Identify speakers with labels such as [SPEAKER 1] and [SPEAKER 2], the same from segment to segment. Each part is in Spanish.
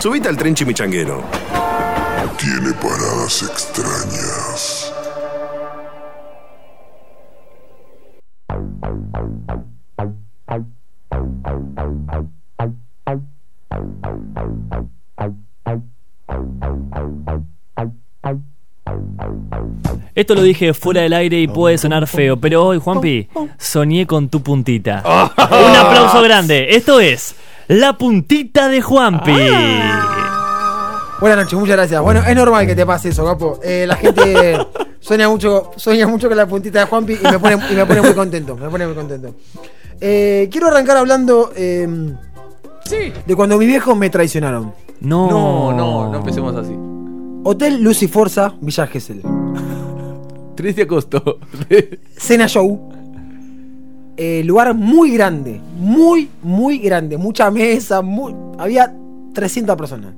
[SPEAKER 1] Subite al tren chimichanguero.
[SPEAKER 2] Tiene paradas extrañas.
[SPEAKER 3] Esto lo dije fuera del aire y puede sonar feo, pero hoy, Juanpi, soñé con tu puntita.
[SPEAKER 4] Ah.
[SPEAKER 3] Un aplauso grande. Esto es La Puntita de Juanpi.
[SPEAKER 4] Ah.
[SPEAKER 5] Buenas noches, muchas gracias. Bueno, es normal que te pase eso, capo. Eh, la gente sueña mucho, sueña mucho con la puntita de Juanpi y me pone, y me pone muy contento. Me pone muy contento. Eh, quiero arrancar hablando eh, de cuando mis viejos me traicionaron.
[SPEAKER 3] No,
[SPEAKER 4] No, no, no empecemos así.
[SPEAKER 5] Hotel Lucy Forza, Villa Gesell.
[SPEAKER 4] 3 de agosto.
[SPEAKER 5] Cena Show. Eh, lugar muy grande, muy, muy grande. Mucha mesa, muy- había 300 personas.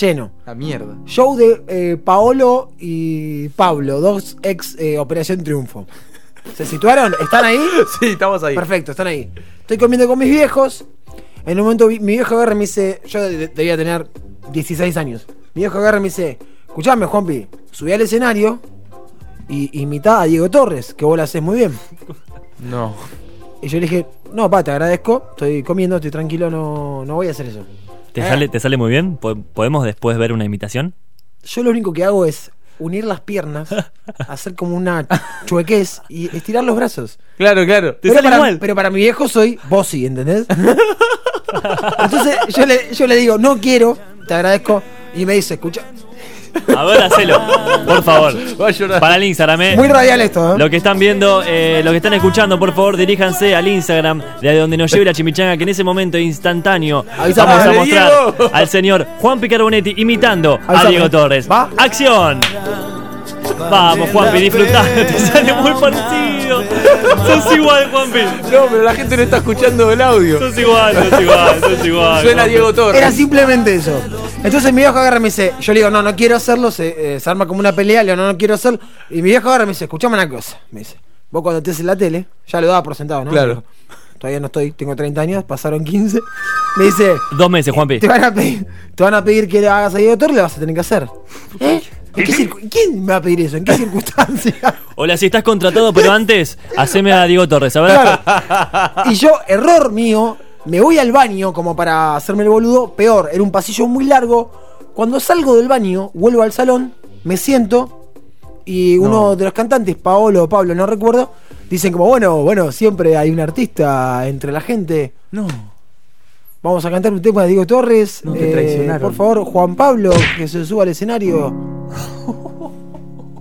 [SPEAKER 5] Lleno.
[SPEAKER 4] La mierda.
[SPEAKER 5] Show de eh, Paolo y Pablo, dos ex eh, Operación Triunfo. ¿Se situaron? ¿Están ahí?
[SPEAKER 4] Sí, estamos ahí.
[SPEAKER 5] Perfecto, están ahí. Estoy comiendo con mis viejos. En un momento vi- mi viejo agarra y me dice, yo de- de- debía tener 16 años. Mi viejo agarra y me dice, escuchame Juanpi, subí al escenario y imitá a Diego Torres, que vos lo haces muy bien.
[SPEAKER 4] No.
[SPEAKER 5] Y yo le dije, no, pa, te agradezco, estoy comiendo, estoy tranquilo, no, no voy a hacer eso.
[SPEAKER 3] ¿Te, sale, ¿Te sale muy bien? ¿Po- ¿Podemos después ver una imitación?
[SPEAKER 5] Yo lo único que hago es unir las piernas, hacer como una chuequez y estirar los brazos.
[SPEAKER 4] Claro, claro.
[SPEAKER 3] Te
[SPEAKER 5] pero,
[SPEAKER 3] sale
[SPEAKER 5] para,
[SPEAKER 3] igual.
[SPEAKER 5] pero para mi viejo soy bossy, ¿entendés? Entonces yo le, yo le digo, no quiero, te agradezco. Y me dice, escucha.
[SPEAKER 3] A ver, hacelo, por favor.
[SPEAKER 4] Va a llorar.
[SPEAKER 3] Para el Instagram, eh.
[SPEAKER 5] Muy radial esto, ¿eh?
[SPEAKER 3] Lo que están viendo, eh, lo que están escuchando, por favor, diríjanse al Instagram de donde nos lleve la chimichanga, que en ese momento instantáneo
[SPEAKER 5] Avísame.
[SPEAKER 3] vamos a
[SPEAKER 4] ¡Dale,
[SPEAKER 3] mostrar
[SPEAKER 4] Diego!
[SPEAKER 3] al señor Juan Picarbonetti imitando a
[SPEAKER 5] Avísame.
[SPEAKER 3] Diego Torres.
[SPEAKER 5] ¿Va?
[SPEAKER 3] ¡Acción! Vamos, Juanpi, disfrutá. Te sale muy parecido. Sos igual, Juanpi.
[SPEAKER 4] No, pero la gente no está escuchando el audio.
[SPEAKER 3] Sos igual, sos igual, sos igual.
[SPEAKER 4] Suena
[SPEAKER 3] Juanpi.
[SPEAKER 4] Diego Torres.
[SPEAKER 5] Era simplemente eso. Entonces mi viejo agarra y me dice, yo le digo, no, no quiero hacerlo, se, eh, se arma como una pelea, le digo, no, no quiero hacerlo. Y mi viejo agarra y me dice, escuchame una cosa. Me dice, vos cuando estés en la tele, ya lo daba por sentado, ¿no?
[SPEAKER 4] Claro.
[SPEAKER 5] Todavía no estoy, tengo 30 años, pasaron 15. Me dice,
[SPEAKER 3] Dos meses, Juanpi.
[SPEAKER 5] te van a pedir, te van a pedir que le hagas a Diego Torres, le vas a tener que hacer. ¿Eh? ¿En qué circu- ¿Quién me va a pedir eso? ¿En qué circunstancia?
[SPEAKER 3] Hola, si estás contratado, pero antes, haceme a Diego Torres, a ver.
[SPEAKER 5] Claro. Y yo, error mío, me voy al baño como para hacerme el boludo. Peor, era un pasillo muy largo. Cuando salgo del baño, vuelvo al salón, me siento y uno de los cantantes, Paolo o Pablo, no recuerdo, dicen como, bueno, bueno, siempre hay un artista entre la gente.
[SPEAKER 4] No.
[SPEAKER 5] Vamos a cantar un tema de Diego Torres. eh,
[SPEAKER 4] No te traicionaron.
[SPEAKER 5] Por favor, Juan Pablo, que se suba al escenario.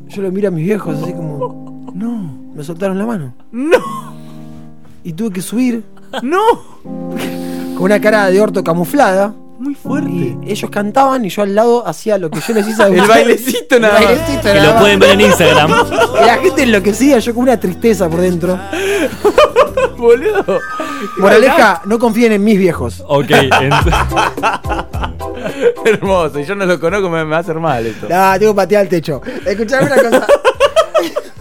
[SPEAKER 5] Yo lo miro a mis viejos así como, no, me soltaron la mano.
[SPEAKER 4] No.
[SPEAKER 5] Y tuve que subir
[SPEAKER 4] No.
[SPEAKER 5] con una cara de orto camuflada.
[SPEAKER 4] Muy fuerte.
[SPEAKER 5] Y ellos cantaban y yo al lado hacía lo que yo les hice a ustedes.
[SPEAKER 4] bailecito nada más.
[SPEAKER 5] El bailecito
[SPEAKER 3] Que
[SPEAKER 5] nada
[SPEAKER 3] lo
[SPEAKER 5] más.
[SPEAKER 3] pueden ver en Instagram.
[SPEAKER 5] Y la gente enloquecía, yo con una tristeza por dentro.
[SPEAKER 4] Boludo.
[SPEAKER 5] Moraleja, no confíen en mis viejos.
[SPEAKER 3] Ok, en-
[SPEAKER 4] Hermoso. Y yo no lo conozco, me, me va a hacer mal esto.
[SPEAKER 5] Ah, tengo pateada al techo. Escuchame una cosa.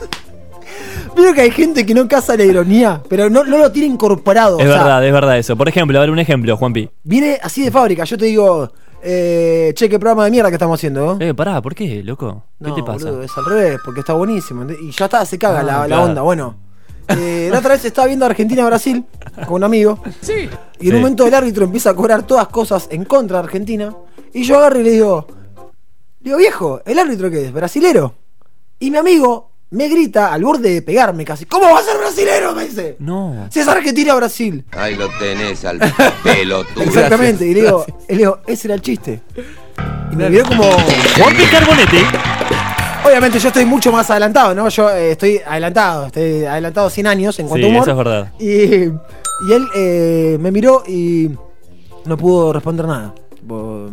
[SPEAKER 5] Veo que hay gente que no caza la ironía, pero no, no lo tiene incorporado.
[SPEAKER 3] Es
[SPEAKER 5] o sea,
[SPEAKER 3] verdad, es verdad eso. Por ejemplo, a ver un ejemplo, Juanpi.
[SPEAKER 5] Viene así de fábrica. Yo te digo, eh, che, qué programa de mierda que estamos haciendo. ¿eh?
[SPEAKER 3] Eh, pará, ¿por qué, loco? ¿Qué
[SPEAKER 5] no,
[SPEAKER 3] te pasa?
[SPEAKER 5] boludo, es al revés, porque está buenísimo. ¿entendés? Y ya está, se caga
[SPEAKER 3] Ah,
[SPEAKER 5] la, la
[SPEAKER 3] claro.
[SPEAKER 5] onda. Bueno, Eh, la otra vez estaba viendo Argentina-Brasil con un amigo. Y en
[SPEAKER 3] Sí.
[SPEAKER 5] un momento el árbitro empieza a cobrar todas cosas en contra de Argentina. Y yo agarro y le digo, le digo, viejo, ¿el árbitro qué es? ¿Brasilero? Y mi amigo me grita al borde de pegarme casi, ¿cómo va a ser brasilero? Me dice.
[SPEAKER 3] No.
[SPEAKER 5] Si es Argentina-Brasil.
[SPEAKER 6] Ahí lo tenés al pelotudo.
[SPEAKER 5] Exactamente. Y le digo, y le digo, ese era el chiste. Y me miró como...
[SPEAKER 3] Juanpi Carbonetti.
[SPEAKER 5] Obviamente yo estoy mucho más adelantado, ¿no? Yo eh, estoy adelantado, estoy adelantado 100 años en cuanto
[SPEAKER 3] Sí,
[SPEAKER 5] a humor.
[SPEAKER 3] eso es verdad.
[SPEAKER 5] Y, y él eh, me miró y no pudo responder nada. Tipo,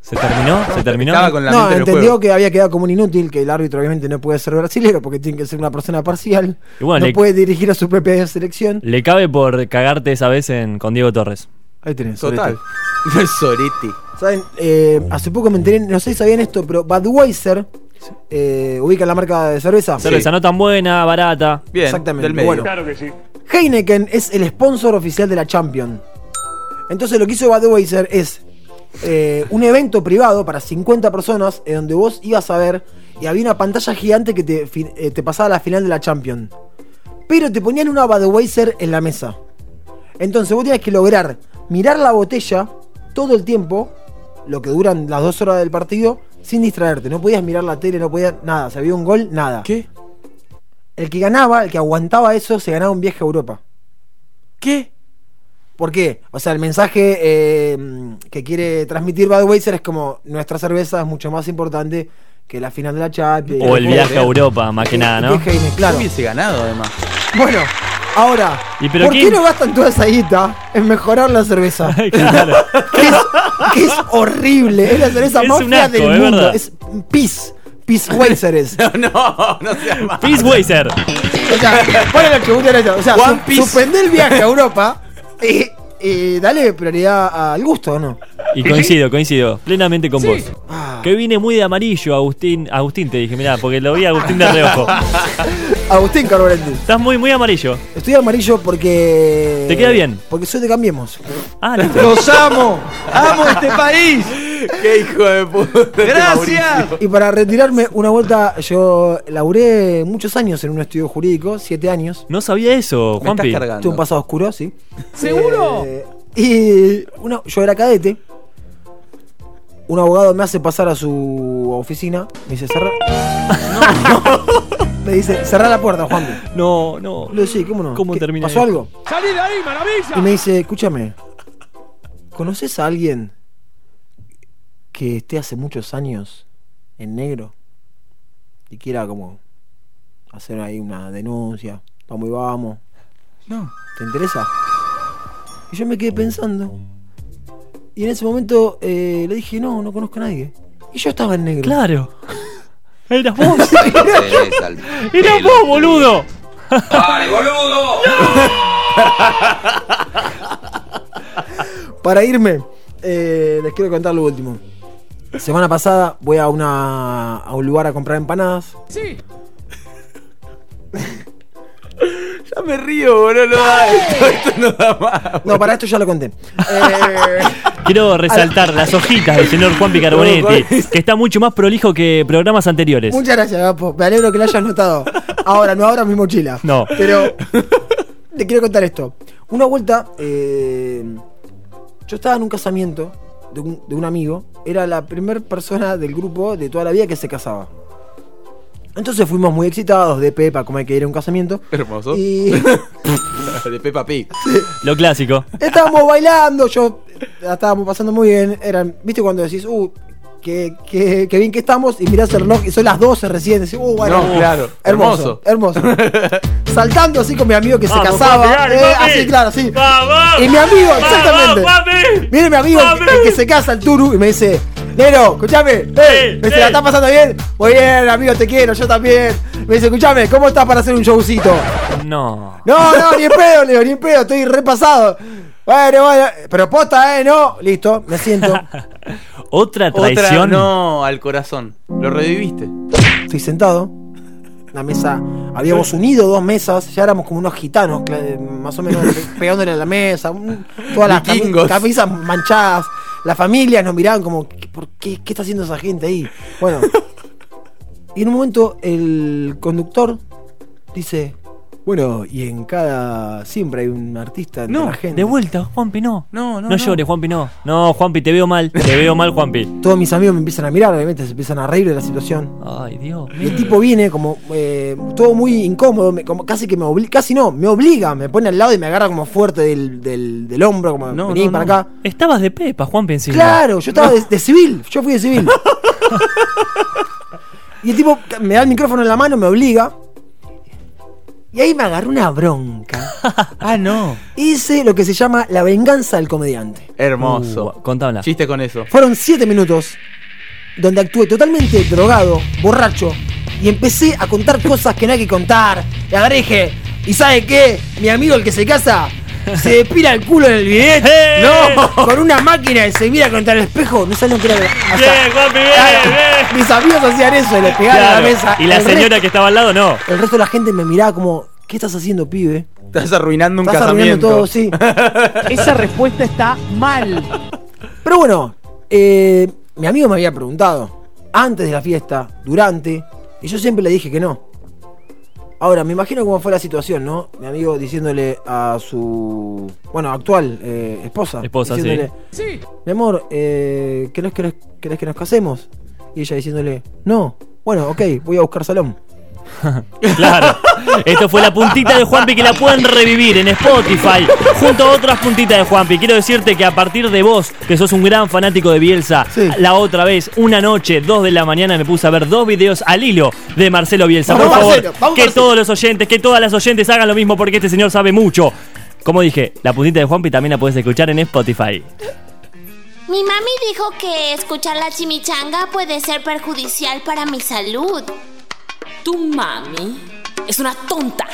[SPEAKER 3] ¿Se terminó? ¿Se terminó?
[SPEAKER 4] Estaba con la
[SPEAKER 5] No,
[SPEAKER 4] mente en el
[SPEAKER 5] entendió
[SPEAKER 4] juego.
[SPEAKER 5] que había quedado como un inútil, que el árbitro obviamente no puede ser brasilero porque tiene que ser una persona parcial.
[SPEAKER 3] Y bueno,
[SPEAKER 5] no
[SPEAKER 3] le-
[SPEAKER 5] puede dirigir a su propia selección.
[SPEAKER 3] Le cabe por cagarte esa vez en, con Diego Torres.
[SPEAKER 5] Ahí tenés.
[SPEAKER 4] Total.
[SPEAKER 5] sorete.
[SPEAKER 4] Sorete.
[SPEAKER 5] Saben, eh, hace poco me enteré, no sé si sabían esto, pero Budweiser eh, ubica la marca de cerveza.
[SPEAKER 3] Cerveza no tan buena, barata.
[SPEAKER 4] Bien.
[SPEAKER 5] Exactamente,
[SPEAKER 4] Del medio.
[SPEAKER 5] bueno. Heineken es el sponsor oficial de la Champions. Entonces lo que hizo Budweiser es eh, un evento privado para 50 personas en donde vos ibas a ver y había una pantalla gigante que te, fi- eh, te pasaba la final de la Champions. Pero te ponían una Budweiser en la mesa. Entonces vos tenías que lograr mirar la botella todo el tiempo, lo que duran las dos horas del partido, sin distraerte. No podías mirar la tele, no podías nada. Se había un gol, nada.
[SPEAKER 4] ¿Qué?
[SPEAKER 5] El que ganaba, el que aguantaba eso, se ganaba un viaje a Europa.
[SPEAKER 4] ¿Qué?
[SPEAKER 5] ¿Por qué? O sea, el mensaje eh, que quiere transmitir Budweiser es como nuestra cerveza es mucho más importante que la final de la Champions.
[SPEAKER 3] O el viaje a Europa, más que
[SPEAKER 5] Eh,
[SPEAKER 3] nada, ¿no?
[SPEAKER 5] viaje a Disney,
[SPEAKER 4] Claro.
[SPEAKER 5] claro.
[SPEAKER 4] hubiese ganado, además.
[SPEAKER 5] Bueno, ahora,
[SPEAKER 3] ¿Y pero
[SPEAKER 5] ¿por qué
[SPEAKER 3] quién?
[SPEAKER 5] no gastan toda esa guita en mejorar la cerveza?
[SPEAKER 3] Claro.
[SPEAKER 5] que, es, que es horrible, es la cerveza
[SPEAKER 3] Es
[SPEAKER 5] más
[SPEAKER 3] un
[SPEAKER 5] fea
[SPEAKER 3] asco,
[SPEAKER 5] del
[SPEAKER 3] es
[SPEAKER 5] mundo.
[SPEAKER 3] verdad.
[SPEAKER 5] Es pis, pis Weiser es.
[SPEAKER 4] No, no seas más.
[SPEAKER 3] Peace Weiser.
[SPEAKER 5] O sea, ponle los que gustan esto. O sea,
[SPEAKER 4] One
[SPEAKER 5] su-
[SPEAKER 4] Piece.
[SPEAKER 5] suspender el viaje a Europa y, y dale prioridad al gusto, ¿o no?
[SPEAKER 3] Y coincido, coincido. Plenamente con vos.
[SPEAKER 5] Ah.
[SPEAKER 3] Que vine muy de amarillo, Agustín. Agustín, te dije, mirá, porque lo vi a Agustín de reojo.
[SPEAKER 5] Agustín Carbonetti.
[SPEAKER 3] Estás muy, muy amarillo.
[SPEAKER 5] Estoy amarillo porque.
[SPEAKER 3] Te queda bien.
[SPEAKER 5] Porque soy de Cambiemos.
[SPEAKER 3] Ah, listo.
[SPEAKER 1] ¡Los amo! ¡Amo este país!
[SPEAKER 4] ¡Qué hijo de puta!
[SPEAKER 1] ¡Gracias!
[SPEAKER 5] Y para retirarme, una vuelta, yo laburé muchos años en un estudio jurídico, siete años.
[SPEAKER 3] No sabía eso,
[SPEAKER 4] Me estás
[SPEAKER 3] Juanpi.
[SPEAKER 4] cargando.
[SPEAKER 5] Tuve un pasado oscuro, sí.
[SPEAKER 1] ¿Seguro?
[SPEAKER 5] Eh, y una- yo era cadete. Un abogado me hace pasar a su oficina. Me dice, cerrar. me dice, cerrar la puerta, Juan.
[SPEAKER 3] No, no.
[SPEAKER 5] Le digo, sí, ¿cómo no?
[SPEAKER 3] ¿Cómo
[SPEAKER 5] ¿Qué-
[SPEAKER 3] termina
[SPEAKER 5] ¿Pasó
[SPEAKER 3] esto?
[SPEAKER 5] algo?
[SPEAKER 1] ¡Salí de ahí,
[SPEAKER 5] Y
[SPEAKER 1] maravilla!
[SPEAKER 5] me dice, escúchame, ¿conoces a alguien que esté hace muchos años en negro y quiera como hacer ahí una denuncia? Vamos y vamos.
[SPEAKER 4] No.
[SPEAKER 5] ¿Te interesa? Y yo me quedé pensando. Y en ese momento eh, le dije, no, no conozco a nadie. Y yo estaba en negro.
[SPEAKER 3] Claro. Eras vos.
[SPEAKER 6] Tenés al
[SPEAKER 3] Eras vos,
[SPEAKER 6] pelotudo.
[SPEAKER 3] boludo.
[SPEAKER 6] ¡Dale, boludo!
[SPEAKER 5] Para irme, eh, les quiero contar lo último. Semana pasada voy a, una, a un lugar a comprar empanadas.
[SPEAKER 1] Sí.
[SPEAKER 4] Ya me río, boludo. No da esto, esto no da más.
[SPEAKER 5] No, para esto ya lo conté. Eh,
[SPEAKER 3] Quiero
[SPEAKER 5] Ah.
[SPEAKER 3] resaltar las hojitas del señor Juanpi Carbonetti, que está mucho más prolijo que programas anteriores.
[SPEAKER 5] Muchas gracias, Gapo. Me alegro que lo hayas notado. Ahora, no ahora mi mochila.
[SPEAKER 3] No.
[SPEAKER 5] Pero te quiero contar esto. Una vuelta, eh, yo estaba en un casamiento de un, de un amigo. Era la primera persona del grupo de toda la vida que se casaba. Entonces fuimos muy excitados de Pepa, como hay que ir a un casamiento.
[SPEAKER 4] Hermoso.
[SPEAKER 5] Y
[SPEAKER 4] De Peppa Pig.
[SPEAKER 3] Lo clásico.
[SPEAKER 5] estábamos bailando, yo la estábamos pasando muy bien. Eran, ¿viste cuando decís, uh, qué, qué- qué bien que estamos? Y mirás el reloj y son las 12 recién. Decís, uh, bueno,
[SPEAKER 4] No, claro.
[SPEAKER 5] Hermoso. Hermoso. Saltando así con mi amigo que se
[SPEAKER 3] Vamos,
[SPEAKER 5] casaba.
[SPEAKER 3] papi, dale,
[SPEAKER 5] eh,
[SPEAKER 3] papi.
[SPEAKER 5] así, claro, sí.
[SPEAKER 3] ¡Vamos!
[SPEAKER 5] Y mi amigo,
[SPEAKER 3] ¡Vamos,
[SPEAKER 5] exactamente.
[SPEAKER 3] papi!
[SPEAKER 5] Viene mi amigo, el,
[SPEAKER 3] ¡Papi!
[SPEAKER 5] el que se casa, el Turu, y me dice, Nero, escúchame, eh,
[SPEAKER 3] Sí,
[SPEAKER 5] me dice,
[SPEAKER 3] sí.
[SPEAKER 5] ¿la estás pasando bien? Muy bien, amigo, te quiero, yo también. Me dice, escúchame, ¿cómo estás para hacer un showcito?
[SPEAKER 3] No.
[SPEAKER 5] No, no, ni en pedo, Leo, ni en pedo, estoy repasado. Bueno, bueno, pero posta, eh, no. Listo, me siento.
[SPEAKER 3] Otra
[SPEAKER 4] Otra,
[SPEAKER 3] traición.
[SPEAKER 4] no, al corazón. Lo reviviste.
[SPEAKER 5] Estoy sentado. La mesa, habíamos unido dos mesas, ya éramos como unos gitanos, cla- eh, más o menos pe- pegándole a la mesa, un- todas las cami-
[SPEAKER 4] Vikingos.
[SPEAKER 5] camisas manchadas, las familias nos miraban como, "¿Qué- ¿por qué, qué está haciendo esa gente ahí? Bueno, y en un momento el conductor dice, bueno, y en cada, siempre hay un artista entre
[SPEAKER 4] No,
[SPEAKER 5] la gente.
[SPEAKER 3] De vuelta, Juanpi, no.
[SPEAKER 4] No, no,
[SPEAKER 3] No
[SPEAKER 4] no.
[SPEAKER 3] llores, Juanpi, no. No, Juanpi, te veo mal. Te veo mal, Juanpi.
[SPEAKER 5] Todos mis amigos me empiezan a mirar, obviamente se empiezan a reír de la situación.
[SPEAKER 3] Ay, Dios.
[SPEAKER 5] Y el tipo viene como eh, todo muy incómodo, me- como casi que me obliga, casi no, me obliga, me pone al lado y me agarra como fuerte del, del- del hombro, como
[SPEAKER 4] No,
[SPEAKER 5] vení
[SPEAKER 4] no,
[SPEAKER 5] para
[SPEAKER 4] no.
[SPEAKER 5] acá.
[SPEAKER 3] Estabas de pepa, Juanpi, encima.
[SPEAKER 5] Claro, yo estaba de, de civil, yo fui de civil. y el tipo me da el micrófono en la mano, me obliga. Y ahí me agarró una bronca.
[SPEAKER 4] Ah, no.
[SPEAKER 5] Hice lo que se llama la venganza del comediante.
[SPEAKER 4] Hermoso.
[SPEAKER 3] Uh, contámela.
[SPEAKER 4] Chiste con eso.
[SPEAKER 5] Fueron 7 minutos donde actué totalmente drogado, borracho, y empecé a contar cosas que no hay que contar. Y agarré y dije, ¿y sabe qué? Mi amigo el que se casa se depila el culo en el bidet
[SPEAKER 3] ¡Eh!
[SPEAKER 5] ¡No! con una máquina y se mira contra el espejo. No sabían que era. o sea,
[SPEAKER 3] Bien, Juanpi, bien,
[SPEAKER 5] claro,
[SPEAKER 3] bien.
[SPEAKER 5] mis amigos hacían eso, y le pegaban a
[SPEAKER 3] Claro.
[SPEAKER 5] la mesa.
[SPEAKER 3] Y la
[SPEAKER 5] El
[SPEAKER 3] señora
[SPEAKER 5] resto-
[SPEAKER 3] que estaba al lado, no.
[SPEAKER 5] El resto de la gente me miraba como, ¿qué estás haciendo, pibe?
[SPEAKER 4] Estás arruinando un
[SPEAKER 5] Estás arruinando
[SPEAKER 4] casamiento.
[SPEAKER 5] todo, sí.
[SPEAKER 1] Esa respuesta está mal.
[SPEAKER 5] Pero bueno, eh, mi amigo me había preguntado, antes de la fiesta, durante, y yo siempre le dije que no. Ahora, me imagino cómo fue la situación, ¿no? Mi amigo diciéndole a su, bueno, actual eh, esposa.
[SPEAKER 3] Esposa, sí.
[SPEAKER 5] diciéndole, Mi amor, eh, ¿querés, querés- querés que nos casemos? Y ella diciéndole, no, bueno, ok, voy a buscar salón.
[SPEAKER 3] Claro. Esto fue la puntita de Juanpi que la pueden revivir en Spotify junto a otras puntitas de Juanpi. Quiero decirte que a partir de vos, que sos un gran fanático de Bielsa,
[SPEAKER 5] Sí.
[SPEAKER 3] la otra vez, una noche, dos de la mañana, me puse a ver dos videos al hilo de Marcelo Bielsa.
[SPEAKER 5] Vamos,
[SPEAKER 3] Por favor,
[SPEAKER 5] Marcelo, vamos,
[SPEAKER 3] que
[SPEAKER 5] Marcelo.
[SPEAKER 3] todos los oyentes, que todas las oyentes hagan lo mismo porque este señor sabe mucho. Como dije, la puntita de Juanpi también la puedes escuchar en Spotify.
[SPEAKER 7] Mi mami dijo que escuchar la chimichanga puede ser perjudicial para mi salud.
[SPEAKER 8] Tu mami es una tonta.